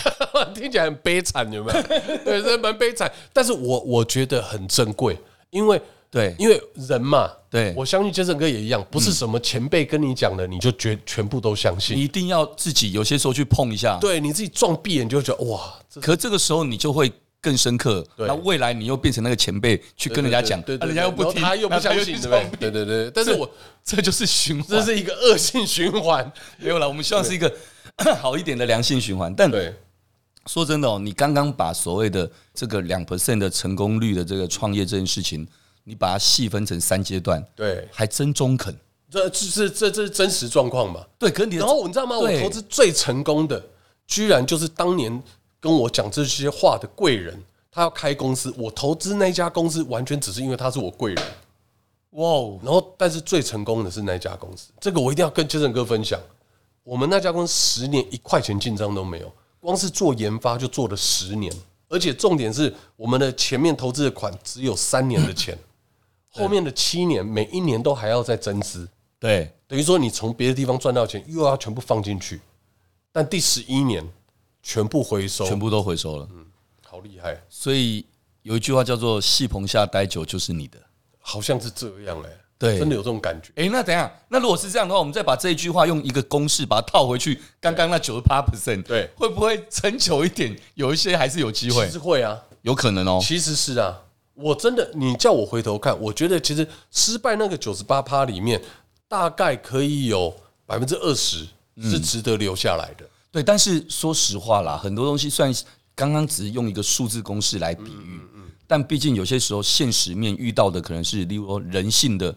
C: 听起来很悲惨，有没 有？对，真的蛮悲惨。但是我我觉得很珍贵，因为
B: 对
C: 因为人嘛，
B: 对
C: 我相信杰森哥也一样，不是什么前辈跟你讲的，你就全全部都相
B: 你
C: 信。
B: 一定要自己有些时候去碰一下。
C: 对，你自己撞闭眼就会觉得哇，这
B: 可这个时候你就会更深刻，
C: 对
B: 那未来你又变成那个前辈去跟人家讲，
C: 对
B: 啊
C: 对，对
B: 人家又
C: 然
B: 不
C: 后
B: 听，
C: 他又不
B: 然后
C: 相 信，
B: 就
C: 对不对？对对对。但是我
B: 这就是循
C: 这
B: 环。
C: 是一个恶性循环，
B: 没有了，我们希望是一个 好一点的良性循环。但
C: 对
B: 说真的哦，你刚刚把所谓的这个两 percent 的成功率的这个创业这件事情，你把它细分成三阶段，
C: 对，
B: 还真中肯。
C: 这这是这这是真实状况嘛？
B: 对，可是你的
C: 然后你知道吗？我
B: 对
C: 投资最成功的，居然就是当年跟我讲这些话的贵人。他要开公司，我投资那家公司完全只是因为他是我贵人。
B: 哇哦，
C: 然后，但是最成功的是那家公司，这个我一定要跟杰森哥分享。我们那家公司十年一块钱进账都没有，光是做研发就做了十年，而且重点是我们的前面投资的款只有三年 的钱，后面的七年每一年都还要再增资。
B: 对，
C: 等于说你从别的地方赚到钱，又要全部放进去，但第十一年全部回收，
B: 全部都回收了。
C: 好厉害，
B: 所以有一句话叫做“戏棚下待久就是你的
C: 好像是这样哎、”。
B: 对，
C: 真的有这种感觉。
B: 诶，那等一下，那如果是这样的话，我们再把这一句话用一个公式把它套回去，刚刚那九十八 percent，
C: 对
B: 会不会撑久一点？有一些还是有机会
C: 其，实会啊，
B: 有可能哦。
C: 其实是啊，我真的，你叫我回头看，我觉得其实失败那个九十八趴里面，大概可以有百分之二十
B: 嗯
C: 是值得留下来的。
B: 对，但是说实话啦，很多东西虽然刚刚只是用一个数字公式来比喻，
C: 嗯
B: 但毕竟有些时候现实面遇到的可能是，例如说人性的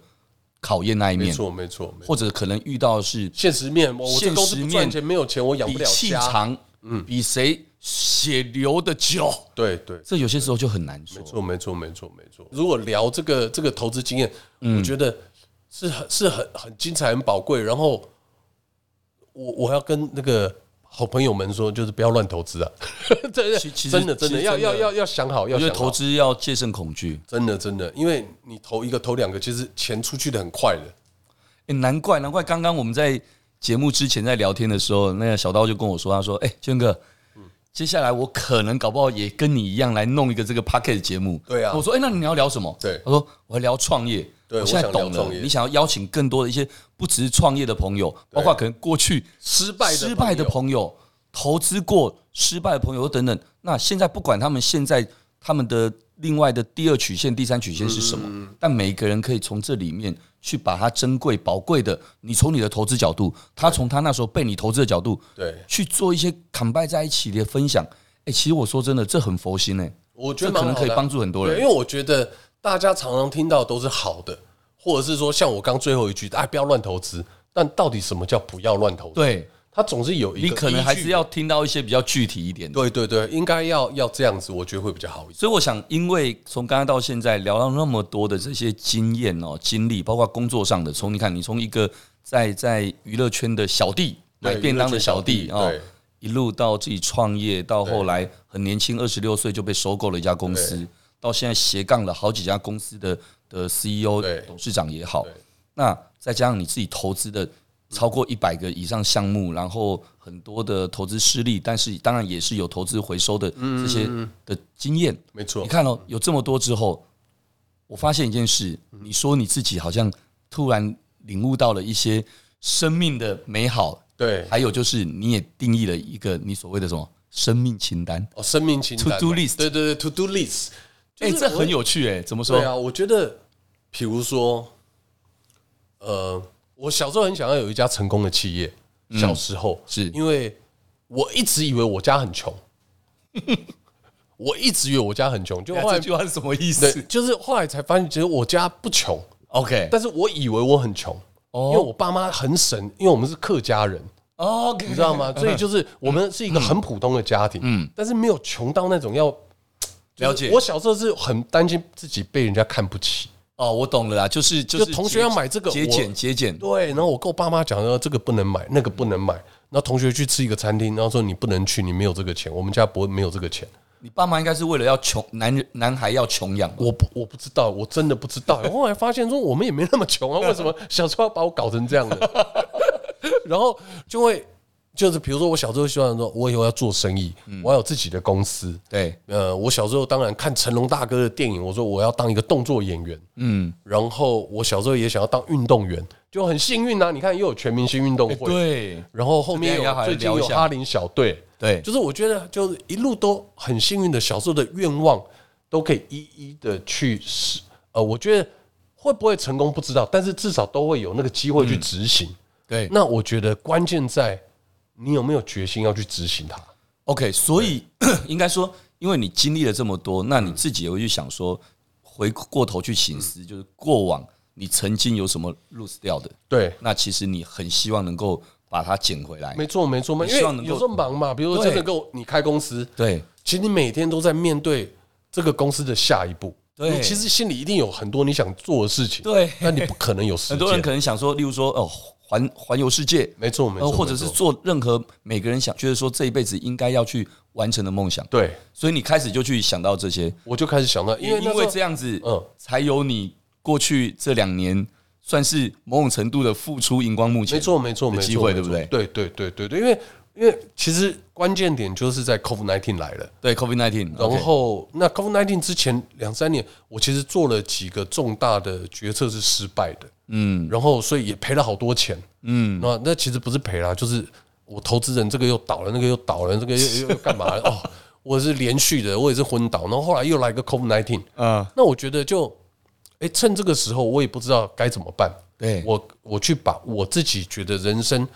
B: 考验那一
C: 没
B: 面，
C: 错，没错，没错。
B: 或者可能遇到的是
C: 现实面，我我这
B: 现
C: 公
B: 实
C: 司不
B: 面
C: 赚钱，没有钱，我养
B: 比
C: 不了
B: 气
C: 家。嗯
B: 长，比谁血流的久，
C: 对对，
B: 这有些时候就很难说
C: 没。错，没错，没错，没错。如果聊这个这个投资经验，
B: 嗯
C: 我觉得是很是很很精彩、很宝贵。然后我我要跟那个好朋友们说，就是不要乱投资啊！ 真的
B: 其其实
C: 真的
B: 其实
C: 真
B: 真
C: 的要
B: 的
C: 要要要想好，要
B: 我觉
C: 想
B: 得投
C: 好。
B: 资要戒慎恐惧。
C: 真的真的，因为你投一个投两个，其实钱出去的很快的。
B: 欸，难怪难怪，刚刚我们在节目之前在聊天的时候，那个小刀就跟我说，他说：“哎、娟哥，
C: 嗯
B: 接下来我可能搞不好也跟你一样来弄一个这个 p o c k e t 节目。”
C: 对啊
B: 我说：“哎、那你要聊什么？”
C: 对
B: 他说：“我要聊创业。”
C: 对
B: 我现在
C: 我想聊
B: 懂了
C: 创业，
B: 你想要邀请更多的一些不只是创业的朋友，包括可能过去
C: 失败的
B: 失败的
C: 友，
B: 朋友、投资过失败的朋友等等。那现在不管他们现在他们的另外的第二曲线、第三曲线是什么，
C: 嗯
B: 但每个人可以从这里面去把它珍贵、宝贵的，你从你的投资角度，他从他那时候被你投资的角度
C: 对，
B: 去做一些 combine 在一起的分享。哎、其实我说真的，这很佛心哎、
C: 我
B: 这
C: 觉得
B: 可
C: 蛮
B: 能
C: 好
B: 可以
C: 的啊
B: 帮助很多
C: 对，
B: 人。
C: 因为我觉得大家常常听到都是好的，或者是说像我刚最后一句，哎，不要乱投资。但到底什么叫不要乱投资？
B: 对
C: 它总是有一个
B: 你可能还
C: 依
B: 是
C: 据
B: 要听到一些比较具体一点的。
C: 对对对，应该要要这样子，我觉得会比较好一些。
B: 所以我想，因为从刚刚到现在聊到那么多的这些经验哦、经历，包括工作上的，从你看，你从一个在在娱乐圈的小弟买
C: 对
B: 便当的小弟
C: 娱乐圈小
B: 哦
C: 弟对，
B: 一路到自己创业，到后来很年轻，二十六岁就被收购了一家公司
C: 对，
B: 到现在斜杠了好几家公司的的 CEO
C: 对、
B: 董事长也好
C: 对，
B: 那再加上你自己投资的超过一百个以上项目，然后很多的投资失利，但是当然也是有投资回收的这些的经验。
C: 嗯没错
B: 你，看哦，有这么多之后，我发现一件事，你说你自己好像突然领悟到了一些生命的美好，
C: 对
B: 还有就是你也定义了一个你所谓的什么生命清单，
C: 哦，生命清单嘛
B: To do list
C: 对对对，to do list，
B: 哎、
C: 就是
B: 这
C: 我
B: 很有趣哎、怎么说？
C: 对啊，我觉得，比如说，呃，我小时候很想要有一家成功的企业，小时候
B: 嗯是
C: 因为我一直以为我家很穷，我一直以为我家很穷，就后
B: 这
C: 来
B: 句话是什么意
C: 对，
B: 思
C: 就是后来才发现，其实我家不穷，
B: ？OK
C: 但是我以为我很穷，
B: 哦
C: 因为我爸妈很省，因为我们是客家人，
B: OK，
C: 你知道吗？
B: 嗯
C: 所以就是我们是一个很普通的家庭，嗯，但是没有穷到那种要
B: 了解
C: 我小时候是很担心自己被人家看不起，
B: 哦，我懂了啦，就是就是
C: 就同学要买这个
B: 节
C: 我
B: 俭节俭，
C: 对，然后我跟我爸妈讲说这个不能买，那个不能买。然后同学去吃一个餐厅，然后说你不能去，你没有这个钱，我们家不会没有这个钱。
B: 你爸妈应该是为了要穷男人男孩要穷养吧，
C: 我不我不知道，我真的不知道。然后后来发现说我们也没那么穷啊，为什么小时候要把我搞成这样的？然后就会就是比如说我小时候希望说，我以后要做生意，我要有自己的公司。
B: 对，
C: 呃，我小时候当然看成龙大哥的电影，我说我要当一个动作演员。
B: 嗯，
C: 然后我小时候也想要当运动员，就很幸运啊！你看又有全明星运动会，
B: 哎对
C: 然后后面
B: 这边要
C: 有
B: 好好
C: 最近
B: 聊一
C: 有
B: 下
C: 哈林小队，
B: 对，
C: 就是我觉得就是一路都很幸运的，小时候的愿望都可以一一的去实。呃，我觉得会不会成功不知道，但是至少都会有那个机会去执行。
B: 嗯对
C: 那我觉得关键在你有没有决心要去执行它。
B: OK，所以 应该说，因为你经历了这么多，那你自己也会去想说，回过头去醒思，就是过往你曾经有什么 lose 掉的，
C: 对，
B: 那其实你很希望能够把它捡回来。
C: 没错没错，因
B: 希
C: 为
B: 望能够
C: 有时候忙嘛，比如说
B: 对
C: 真的跟我你开公司，
B: 对，
C: 其实你每天都在面对这个公司的下一步。
B: 对
C: 你其实心里一定有很多你想做的事情，
B: 对
C: 但你不可能有时间。
B: 很多人可能想说，例如说哦，环环游世界，
C: 没错没
B: 呃，
C: 错，
B: 或者
C: 没
B: 是
C: 错
B: 做任何每个人想觉得说这一辈子应该要去完成的梦想，
C: 对，
B: 所以你开始就去想到这些，
C: 我就开始想到，因
B: 因
C: 为
B: 为
C: 那
B: 因
C: 时
B: 为
C: 候
B: 这样子，
C: 嗯
B: 才有你过去这两年算是某种程度的付出荧光幕前，
C: 没错没错没
B: 的
C: 错，
B: 机会
C: 没错
B: 对不
C: 对对对对对，因为因为其实关键点就是在 COVID 1 9来了。
B: 对 COVID nineteen，
C: 然后，那 COVID 1 9之前两三年，我其实做了几个重大的决策是失败的，
B: 嗯
C: 然后所以也赔了好多钱。
B: 嗯，
C: 那那其实不是赔啦，就是我投资人这个又倒了，那个又倒了，这个又 又又干嘛了？哦，我是连续的，我也是昏倒，然后后来又来个 COVID 1 9
B: 啊，
C: 那我觉得就，哎，趁这个时候，我也不知道该怎么办。
B: 对，
C: 我我去把我自己觉得人生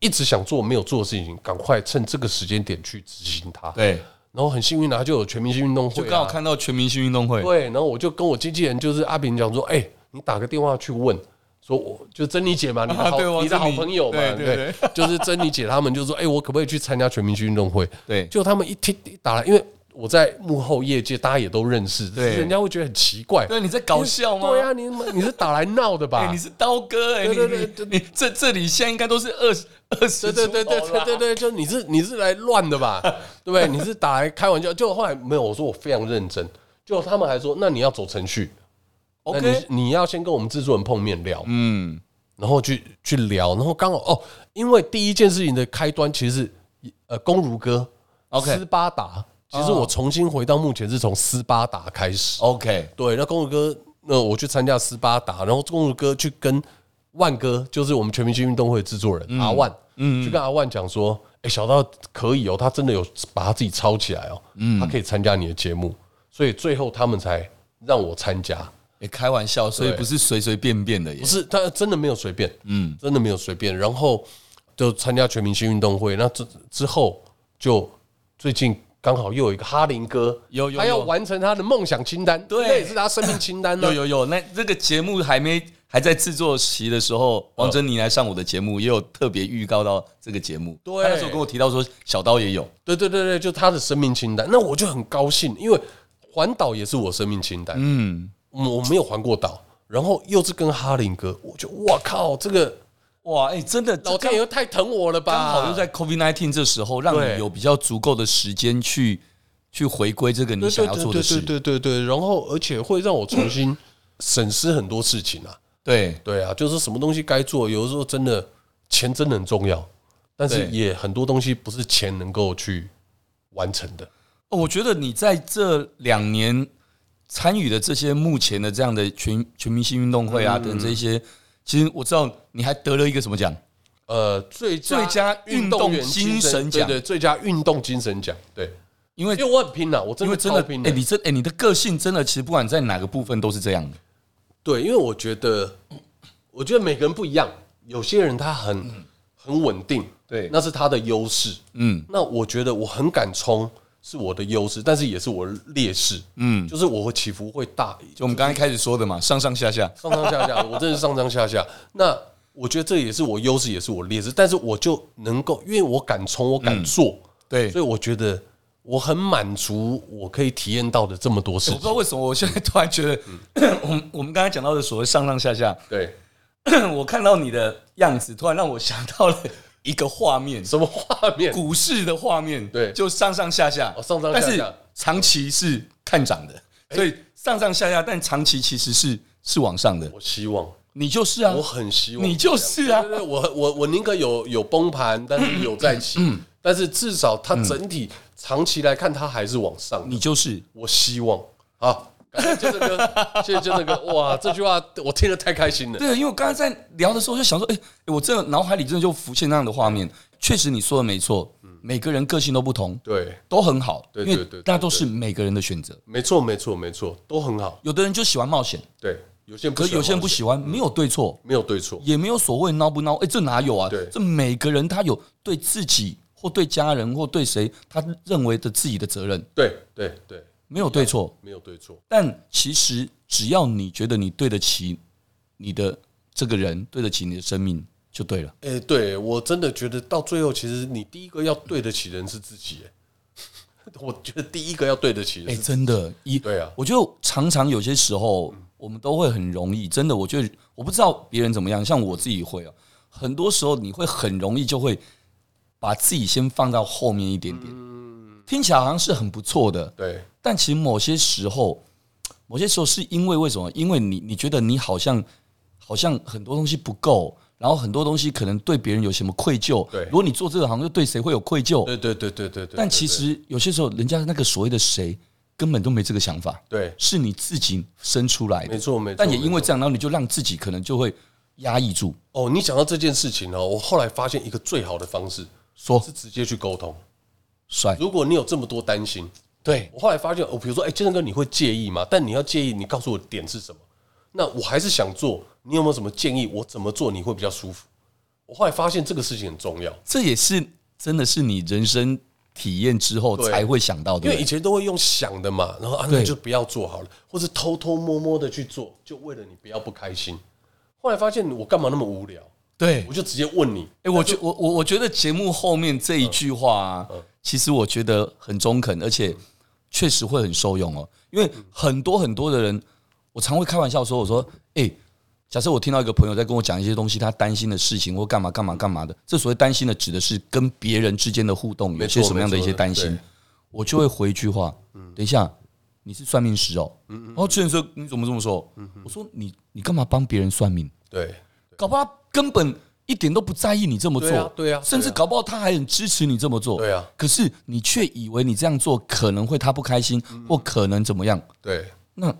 C: 一直想做没有做的事情，赶快趁这个时间点去执行它。，
B: 对，
C: 然后很幸运啊，就有全明星运动会、
B: 就
C: 啊，
B: 刚好看到全明星运动会，
C: 对，啊然后我就跟我经纪人就是阿炳讲说，哎、你打个电话去问，说我就珍妮姐嘛，你的
B: 啊
C: 好、
B: 对王
C: 你的好
B: 珍妮
C: 朋友嘛，
B: 对对
C: 就是珍妮姐他们就说，哎、我可不可以去参加全明星运动会？
B: 对
C: 就他们一听一打来，因为我在幕后业界，大家也都认识，只
B: 对
C: 是人家会觉得很奇怪。
B: 对，你在搞笑吗？
C: 对啊，你你是打来闹的吧？
B: 哎，你是刀哥哎，你
C: 对对对
B: 你你这这里现在应该都是二十二十，
C: 对对对对对对，对，就你是你是来乱的吧？对不对？你是打来开玩笑，就后来没有，我说我非常认真，就他们还说，那你要走程序那
B: OK
C: 你你要先跟我们制作人碰面聊，
B: 嗯，
C: 然后去去聊，然后刚好哦，因为第一件事情的开端其实是呃公如哥
B: OK
C: 斯巴达，其实我重新回到目前是从斯巴达开始，
B: OK，
C: 对，那公主哥，那我去参加斯巴达，然后公主哥去跟万哥，就是我们全明星运动会的制作人、阿万，嗯，去跟阿万讲说，哎、小道可以哦，他真的有把他自己抄起来哦，嗯，他可以参加你的节目，所以最后他们才让我参加，
B: 也开玩笑，所以
C: 对
B: 不是随随便便的耶
C: 不。是他真的没有随便，
B: 嗯
C: 嗯，真的没有随便，然后就参加全明星运动会，那之之后就最近。刚好又有一个哈林哥，
B: 有有
C: 他要
B: 有
C: 完成他的梦想清单，
B: 对
C: 那也是他生命清单呢、啊
B: 有有有，那这个节目还没还在制作期的时候，王珍妮来上我的节目，也有特别预告到这个节目。
C: 对
B: 她那时候跟我提到说，小刀也有，
C: 对对对对，就他的生命清单，那我就很高兴，因为环岛也是我生命清单，
B: 嗯，
C: 我我没有环过岛，然后又是跟哈林哥，我就哇靠，这个
B: 哇，哎、真的，
C: 老
B: 这
C: 天爷啊
B: 刚
C: 也太疼我了吧！
B: 刚好又在 COVID nineteen 这时候，让
C: 对
B: 你有比较足够的时间去去回归这个你
C: 对
B: 想
C: 对
B: 要
C: 对
B: 做的
C: 对
B: 事
C: 对。对对对，然后而且会让我重新审视很多事情啊，
B: 对
C: 对啊，就是什么东西该做，有的时候真的钱真的很重要，但是
B: 对
C: 也很多东西不是钱能够去完成的。
B: 哦我觉得你在这两年参与的这些目前的这样的全全明星运动会啊、等这些，其实我知道你还得了一个什么奖。
C: 呃，最
B: 最佳运动
C: 员
B: 精神奖
C: 对对，最佳运动精神奖，对，
B: 因为
C: 因为我很拼呐，啊我真
B: 因
C: 的
B: 为真
C: 超
B: 的，
C: 拼
B: 哎、
C: 的。
B: 你真哎、你的个性真的，其实不管在哪个部分都是这样的。
C: 对，因为我觉得，我觉得每个人不一样，有些人他很很稳定，
B: 对
C: 那是他的优势。
B: 嗯，
C: 那我觉得我很敢冲，是我的优势，但是也是我的劣势。嗯，就是我会起伏会大，
B: 就我们刚才开始说的嘛，上上下下，
C: 上上下下，我真的是上上下下。那我觉得这也是我优势，也是我劣势，但是我就能够，因为我敢冲，我敢做，
B: 对
C: 所以我觉得我很满足，我可以体验到的这么多事
B: 我不知
C: 情。
B: 道为什么，我现在突然觉得，我们我们刚才讲到的所谓上上下下，
C: 对，
B: 我看到你的样子，突然让我想到了一个画面，
C: 什么画面？
B: 股市的画面，
C: 对
B: 就上上下下，
C: 哦上上下下哎
B: 但是长期是看涨的，所以上上下下，但长期其实是是往上的，
C: 我希望，
B: 你就是啊
C: 我，很希望
B: 你就是啊
C: 对对对，我我我宁可有有崩盘，但是有在起，
B: 嗯
C: 但是至少它整体长期来看，它还是往上的。
B: 你就是，
C: 我希望好，感谢建正 哥，谢谢建正哥，哇，这句话我听得太开心了。
B: 对，因为我刚才在聊的时候就想说，哎、哎我真的脑海里真的就浮现那样的画面，确实你说的没错，每个人个性都不同，
C: 对，
B: 都很好，
C: 对
B: 因
C: 对
B: 为
C: 对对
B: 那都是每个人的选择，
C: 没错，没错，没错，都很好。
B: 有的人就喜欢冒险，
C: 对，有些人不
B: 可
C: 喜
B: 是
C: 欢
B: 有些人不
C: 冒险，
B: 喜欢，没有对错，
C: 没有对错，
B: 也没有所谓孬不孬，哎、这哪有啊？
C: 对
B: 这每个人他有对自己或对家人或对谁，他认为的自己的责任，
C: 对对对，
B: 没有对错。
C: 没有对错，
B: 但其实只要你觉得你对得起你的这个人，对得起你的生命，就对了。
C: 哎、对我真的觉得到最后，其实你第一个要对得起人是自己、哎 我觉得第一个要对得起
B: 哎、
C: 人是自己，
B: 真的，一
C: 对啊嗯
B: 我觉得常常有些时候，我们都会很容易，真的，我觉得我不知道别人怎么样，像我自己会啊，很多时候你会很容易就会把自己先放到后面一点点，
C: 嗯
B: 听起来好像是很不错的，
C: 对
B: 但其实某些时候，某些时候是因为为什么？因为你你觉得你好像好像很多东西不够，然后很多东西可能对别人有什么愧疚。
C: 对
B: 如果你做这个，好像就对谁会有愧疚。
C: 对对对对对对。啊
B: 但其实有些时候，人家那个所谓的谁根本都没这个想法，
C: 对，
B: 是你自己生出来
C: 对没
B: 的。
C: 错没错，
B: 但也
C: 没
B: 因为
C: 错
B: 这样，然后你就让自己可能就会压抑住，
C: 哦，你讲到这件事情哦，我后来发现一个最好的方式
B: 说
C: 是直接去沟通。
B: 帅，
C: 如果你有这么多担心，
B: 对，
C: 我后来发现，我比如说，哎、健身哥，你会介意吗？但你要介意，你告诉我点是什么。那我还是想做，你有没有什么建议？我怎么做你会比较舒服？我后来发现这个事情很重要，
B: 这也是真的是你人生体验之后
C: 对
B: 才会想到
C: 因
B: 的
C: 为。以前都会用想的嘛，然后啊，
B: 对
C: 那就不要做好了，或是偷偷摸摸的去做，就为了你不要不开心。后来发现我干嘛那么无聊，
B: 对
C: 我就直接问你，
B: 哎、我觉我我我觉得节目后面这一句话、
C: 嗯
B: 啊，其实我觉得很中肯，而且确实会很受用哦。因为很多很多的人，我常会开玩笑说，我说，哎、假设我听到一个朋友在跟我讲一些东西，他担心的事情或干嘛干嘛干嘛的，这所谓担心的，指的是跟别人之间的互动有些
C: 错
B: 什么样的一些担
C: 没
B: 心
C: 错，嗯
B: 我就会回一句话，等一下。你是算命师哦，然后之前说你怎么这么说？
C: 嗯
B: 我说你你干嘛帮别人算命？
C: 对
B: 搞不好他根本一点都不在意你这么做，
C: 对啊对啊
B: 甚至
C: 对啊
B: 搞不好他还很支持你这么做，
C: 对啊
B: 可是你却以为你这样做可能会他不开心，
C: 嗯
B: 或可能怎么样？
C: 对
B: 那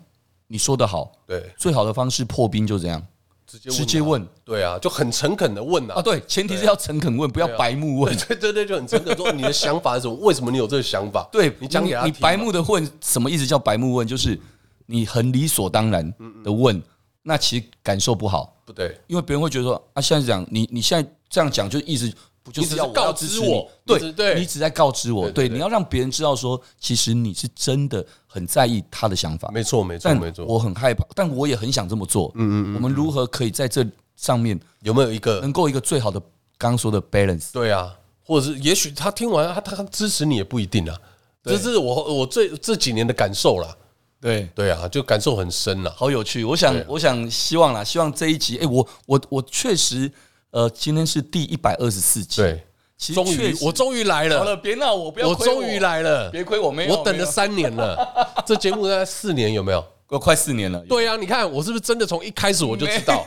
B: 你说的好，
C: 对，
B: 最好的方式破冰就这样，
C: 直接
B: 直接问
C: 对啊，就很诚恳的问啊
B: 啊，，对，前提是要诚恳问，不要白目问。
C: 对啊对对，就很诚恳说你的想法是什么？为什么你有这个想 法？
B: 对
C: 你讲给他
B: 你
C: 听啊
B: 白目的问什么意思？叫白目问，就是你很理所当然
C: 嗯
B: 的问，那其实感受不好。
C: 不对，
B: 因为别人会觉得说啊，现在讲你你现在这样讲，就意思不就
C: 你只
B: 是
C: 是
B: 要我
C: 告
B: 要支持
C: 知我你
B: 对
C: 只对
B: 你只在告知我，
C: 对对
B: 对，
C: 对
B: 你要让别人知道说，其实你是真的很在意他的想法，
C: 没错没错
B: 但
C: 没错。
B: 我很害怕，但我也很想这么做。嗯嗯，我们如何可以在这上面
C: 有没有一个
B: 能够一个最好的刚刚说的 balance？
C: 对啊？或者是也许他听完他他他支持你也不一定啊。这是我我这这几年的感受啦。
B: 对。
C: 对啊，就感受很深啦。
B: 好有趣，我想，我想，希望啦，希望这一集，哎、我我我确实，呃，今天是第一百二十四集，，
C: 对，
B: 其实
C: 终
B: 确
C: 于
B: 实
C: 我终于来
B: 好
C: 了，
B: 了，别闹我，不要
C: 我
B: 亏
C: 终于，来了，
B: 别亏我没有，
C: 我等
B: 没
C: 了
B: 有
C: 三年 了，这节目大概四年有没有？
B: 我快四年了，
C: 对啊，你看我是不是真的从一开始我就知 道，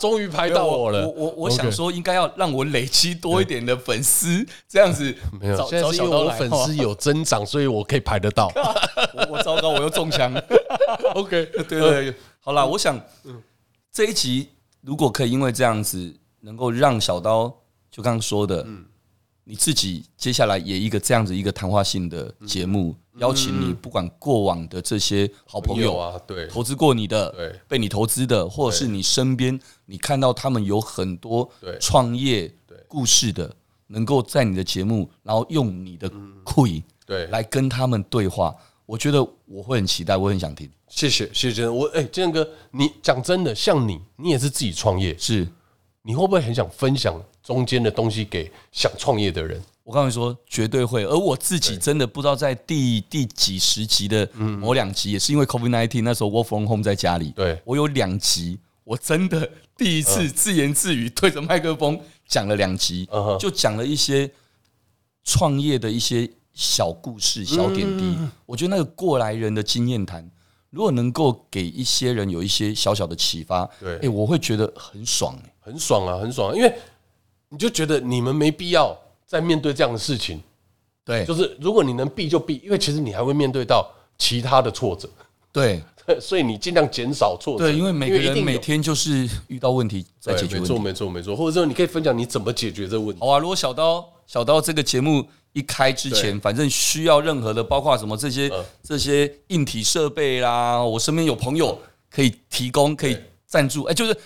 C: 终于
B: 没
C: 排
B: 有
C: 到我了。
B: 我我我
C: OK
B: 想说，应该要让我累积多一点的粉丝，这样 子
C: 没有，
B: 找
C: 现在
B: 找
C: 是
B: 小
C: 因为
B: 刀
C: 我
B: 来哦
C: 粉丝有增长，所以我可以排得 到。
B: 我我糟糕，我又中枪。
C: 嗯 OK，
B: 对对，对好啦，我想
C: 嗯
B: 这一集如果可以因为这样子，能够让小刀就刚刚说的，
C: 嗯
B: 你自己接下来也一个这样子一个谈话性的节目，
C: 嗯
B: 邀请你不管过往的这些好朋友啊。
C: 啊，对
B: 投资过你的，
C: 对
B: 被你投资的，或者是你身边你看到他们有很多
C: 对
B: 创业
C: 对
B: 故事的，能够在你的节目，然后用你的酷
C: 嗯对，
B: 来跟他们对话。我觉得我会很期待，我很想听。
C: 谢谢谢谢真的，我哎，建、哥，你讲真的，像你，你也是自己创业，
B: 是
C: 你会不会很想分享中间的东西给想创业的人？
B: 我告诉你说，绝对会。而我自己真的不知道，在第第几十集的某两集，也是因为 COVID nineteen 那时候 work from home 在家里，
C: 嗯对
B: 我有两集，我真的第一次自言自语对着麦克风讲了两集
C: 嗯哼，
B: 就讲了一些创业的一些小故事、小点滴。
C: 嗯
B: 我觉得那个过来人的经验谈，如果能够给一些人有一些小小的启发，
C: 对
B: 哎，我会觉得很爽。哎
C: 很爽啊，很爽、啊，因为你就觉得你们没必要再面对这样的事情，
B: 对
C: 就是如果你能避就避，因为其实你还会面对到其他的挫折，
B: 对
C: 所以你尽量减少挫折。
B: 对，因为每个
C: 一定
B: 人
C: 有
B: 每天就是遇到问题在
C: 对
B: 解决
C: 没
B: 问
C: 错
B: 题。
C: 没错没错，或者说你可以分享你怎么解决这个问题。
B: 好啊，如果小刀小刀这个节目一开之前，反正需要任何的，包括什么这些、
C: 嗯
B: 这些硬体设备啦，我身边有朋友可以提供，可以赞助，哎，就是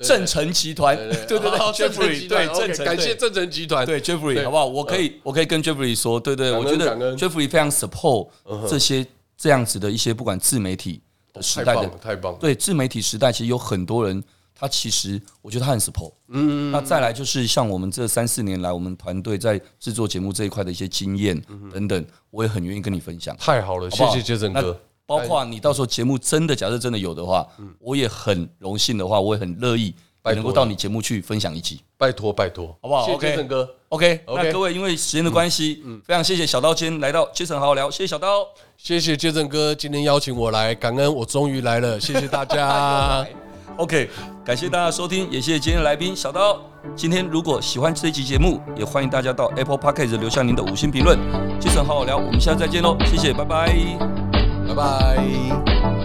B: 正成集团， 对对对
C: 好
B: 正成
C: 哦成集团
B: 对
C: OK，
B: 正成
C: 感
B: 对
C: 谢正成集团，
B: 对 Jeffrey，
C: 对嗯
B: 好不好？我可以，我可以跟 Jeffrey 说，对对，
C: 感恩
B: 我觉得
C: 感恩嗯
B: Jeffrey 非常 support 这些这样子的一些，不管自媒体的时
C: 太
B: 代
C: 棒
B: 的
C: 了，太棒了，
B: 对自媒体时代，其实有很多人，他其实我觉得他很 support。嗯，那再来就是像我们这三四年来，我们团队在制作节目这一块的一些经验等等，我也很愿意跟你分享。
C: 太好了，
B: 嗯好不
C: 谢
B: 好
C: 谢杰森
B: 那
C: 哥，
B: 包括你到时候节目真的，假设真的有的话，我也很荣幸的话，我也很乐意
C: 拜托
B: 能够到你节目去分享一集。
C: 拜托拜托，好
B: 不好
C: 谢谢
B: OK
C: 杰森哥，
B: OK，嗯
C: OK
B: 那各位因为时间的关系，非常谢谢小刀今天来到杰森好好聊，谢谢小刀。
C: 谢谢杰森哥今天邀请我来，感恩我终于来了，谢谢大家。
B: OK，感谢大家收听，也谢谢今天的来宾小刀。今天如果喜欢这一期节目，也欢迎大家到 Apple Podcast 留下您的五星评论。杰森好好聊，我们下次再见喽，谢谢，拜拜。哎
C: 拜拜。